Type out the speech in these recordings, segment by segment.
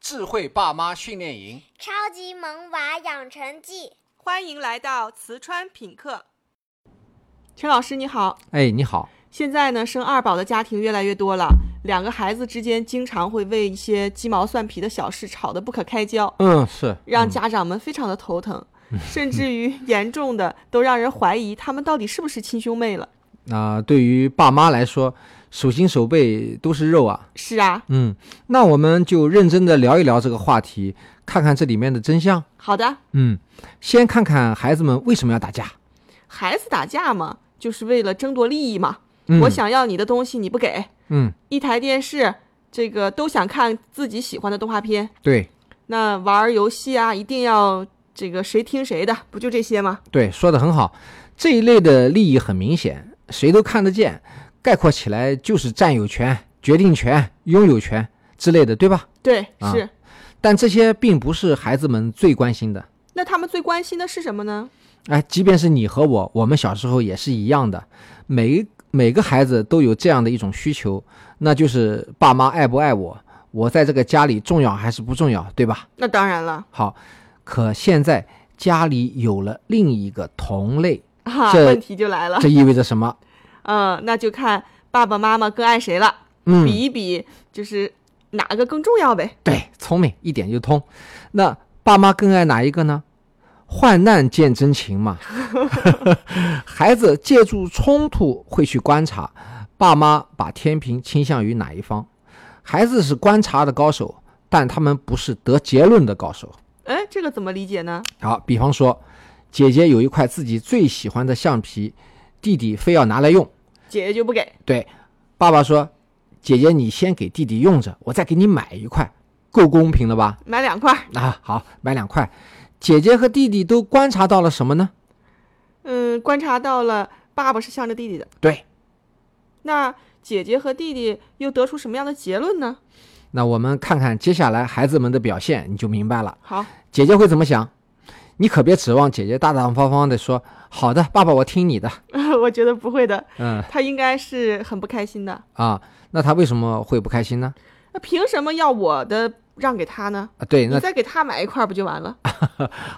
智慧爸妈训练营， 《超级萌娃养成记》。欢迎来到瓷川品客。陈老师你好，哎，你好，现在呢，生二宝的家庭越来越多了，两个孩子之间经常会为一些鸡毛蒜皮的小事吵得不可开交，嗯，是让家长们非常的头 疼，甚至于严重的都让人怀疑他们到底是不是亲兄妹了。啊、对于爸妈来说，手心手背都是肉啊。是啊，嗯，那我们就认真的聊一聊这个话题，看看这里面的真相。好的，嗯，先看看孩子们为什么要打架。孩子打架嘛，就是为了争夺利益嘛。嗯，我，想要你的东西你不给，嗯，一台电视这个都想看自己喜欢的动画片，对那玩儿游戏啊，一定要这个谁听谁的，不就这些吗？对，说的很好。这一类的利益很明显，谁都看得见。概括起来就是占有权、决定权、拥有权之类的，对吧？对，啊是。但这些并不是孩子们最关心的。那他们最关心的是什么呢？哎，即便是你和我，我们小时候也是一样的，每一每个孩子都有这样的一种需求，那就是爸妈爱不爱我，我在这个家里重要还是不重要，对吧？那当然了，好，可现在家里有了另一个同类，啊，这问题就来了，这意味着什么？嗯、那就看爸爸妈妈更爱谁了，嗯比，一比，就是哪个更重要呗。对，聪明一点就通。那爸妈更爱哪一个呢？患难见真情嘛。孩子借助冲突会去观察，爸妈把天平倾向于哪一方。孩子是观察的高手，但他们不是得结论的高手。哎，这个怎么理解呢？好，比方说，姐姐有一块自己最喜欢的橡皮，弟弟非要拿来用。姐姐就不给，对，爸爸说：“姐姐，你先给弟弟用着，我再给你买一块，够公平了吧？”买两块儿。啊，好，买两块。姐姐和弟弟都观察到了什么呢？嗯，观察到了，爸爸是向着弟弟的。对，那姐姐和弟弟又得出什么样的结论呢？那我们看看接下来孩子们的表现，你就明白了。好， 姐姐会怎么想？你可别指望姐姐大大方方的说：“好的，爸爸，我听你的。我觉得不会的，”嗯他应该是很不开心的。啊，那他为什么会不开心呢？那凭什么要我的让给他呢？啊，对，你那再给他买一块儿不就完了？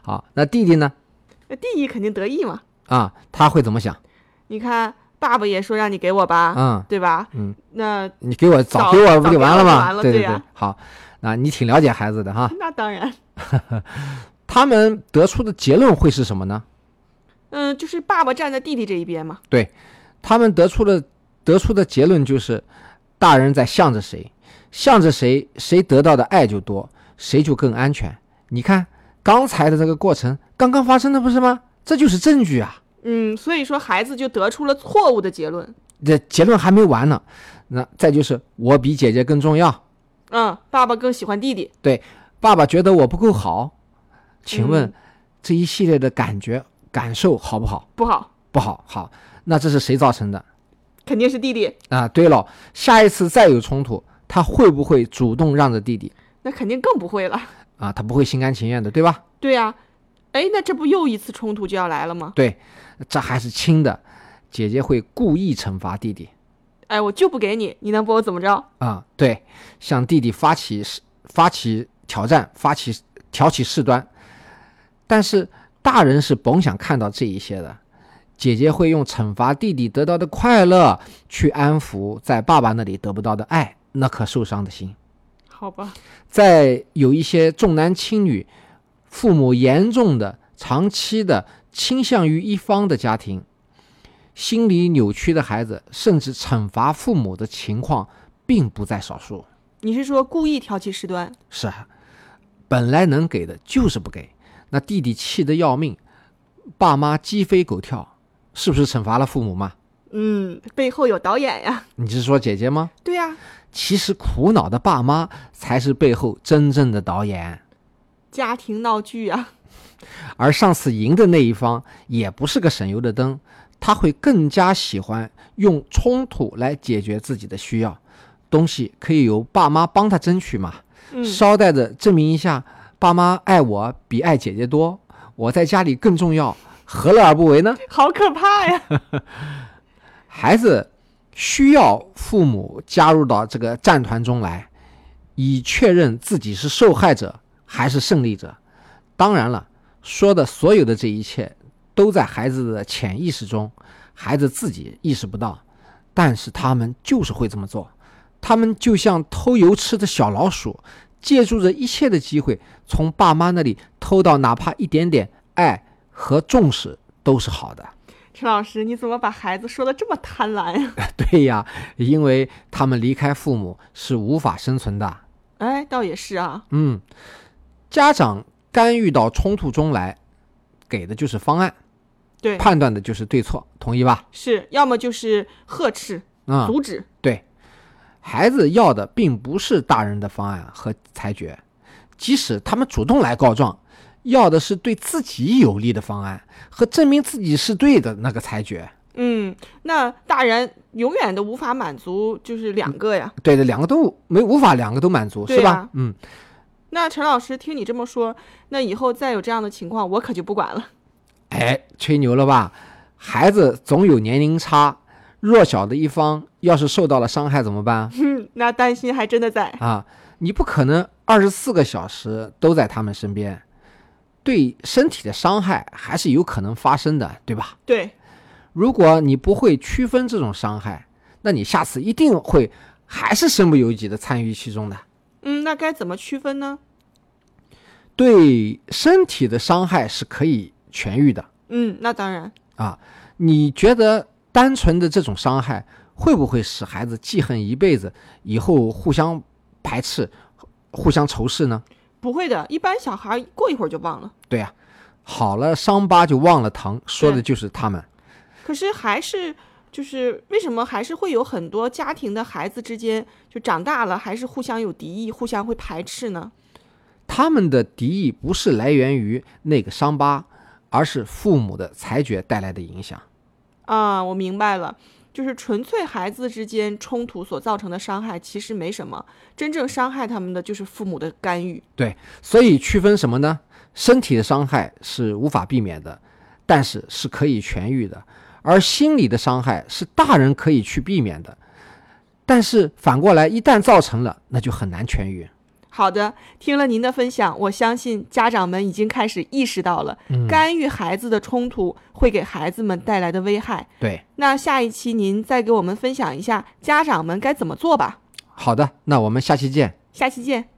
好，那弟弟呢？那弟弟肯定得意嘛。啊，他会怎么想？你看，爸爸也说让你给我吧，嗯，对吧？嗯，那你给我早啊早给我早不给就我完就完了吗？了对对对呀，好，啊，你挺了解孩子的哈。那当然，他们得出的结论会是什么呢？嗯，就是爸爸站在弟弟这一边嘛。他们得出的得出的结论就是，大人在向着谁，向着谁，谁得到的爱就多，谁就更安全。你看刚才的这个过程，刚刚发生的不是吗？这就是证据啊！嗯，所以说孩子就得出了错误的结论。这结论还没完呢。那再就是我比姐姐更重要，嗯，爸爸更喜欢弟弟。爸爸觉得我不够好。请问、嗯这一系列的感觉感受好不好？不好，不好，好，那这是谁造成的？肯定是弟弟，啊，对了，下一次再有冲突，他会不会主动让着弟弟？那肯定更不会了。啊，他不会心甘情愿的，对吧？对呀、哎，那这不又一次冲突就要来了吗？对，这还是轻的，姐姐会故意惩罚弟弟哎，我就不给你，你能把我怎么着？啊，对，向弟弟发起事发起挑战，发起挑起事端。但是大人是甭想看到这一些的，姐姐会用惩罚弟弟得到的快乐去安抚在爸爸那里得不到的爱，那颗受伤的心。好吧，在有一些重男轻女、父母严重的、长期的倾向于一方的家庭，心理扭曲的孩子甚至惩罚父母的情况并不在少数。你是说故意挑起事端？是啊，本来能给的就是不给，那弟弟气得要命，爸妈鸡飞狗跳，是不是惩罚了父母嘛？嗯，背后有导演呀。你是说姐姐吗？对啊呀、其实苦恼的爸妈才是背后真正的导演。家庭闹剧啊呀、而上次赢的那一方也不是个省油的灯，他会更加喜欢用冲突来解决自己的需要。东西可以由爸妈帮他争取嘛，嗯，捎带着证明一下，爸妈爱我比爱姐姐多，我在家里更重要，何乐而不为呢？ 好可怕呀！孩子需要父母加入到这个战团中来，以确认自己是受害者还是胜利者。当然了，说的所有的这一切都在孩子的潜意识中，孩子自己意识不到，但是他们就是会这么做。他们就像偷油吃的小老鼠，借助着一切的机会，从爸妈那里偷到哪怕一点点爱和重视都是好的。陈老师，你怎么把孩子说的这么贪婪呀、 对呀，因为他们离开父母是无法生存的。 哎，倒也是啊，嗯，家长干预到冲突中来，给的就是方案，对，判断的就是对错，同意吧？是要么就是呵斥、嗯，阻止，对，孩子要的并不是大人的方案和裁决，即使他们主动来告状，要的是对自己有利的方案和证明自己是对的那个裁决。嗯，那大人永远都无法满足就是两个呀。对的，两个都没无法两个都满足，对是吧呀？嗯，那陈老师，听你这么说，那以后再有这样的情况，我可就不管了。 哎，吹牛了吧？孩子总有年龄差，弱小的一方要是受到了伤害怎么办哼，那担心还真的在。啊？你不可能二十四个小时都在他们身边，对身体的伤害还是有可能发生的，对吧？对，如果你不会区分这种伤害，那你下次一定会还是身不由己的参与其中的。嗯，那该怎么区分呢？对身体的伤害是可以痊愈的嗯，那当然。啊。你觉得单纯的这种伤害会不会使孩子记恨一辈子，以后互相排斥、互相仇视呢？不会的，一般小孩过一会儿就忘了。对呀、好了伤疤就忘了疼，说的就是他们。可是还是就是为什么还是会有很多家庭的孩子之间就长大了还是互相有敌意，互相会排斥呢？他们的敌意不是来源于那个伤疤，而是父母的裁决带来的影响。啊，我明白了，就是纯粹孩子之间冲突所造成的伤害其实没什么，真正伤害他们的就是父母的干预。对，所以区分什么呢？身体的伤害是无法避免的，但是是可以痊愈的；而心理的伤害是大人可以去避免的，但是反过来一旦造成了，那就很难痊愈。好的，听了您的分享，我相信家长们已经开始意识到了，干预孩子的冲突会给孩子们带来的危害。对，那下一期您再给我们分享一下家长们该怎么做吧。好的，那我们下期见。下期见。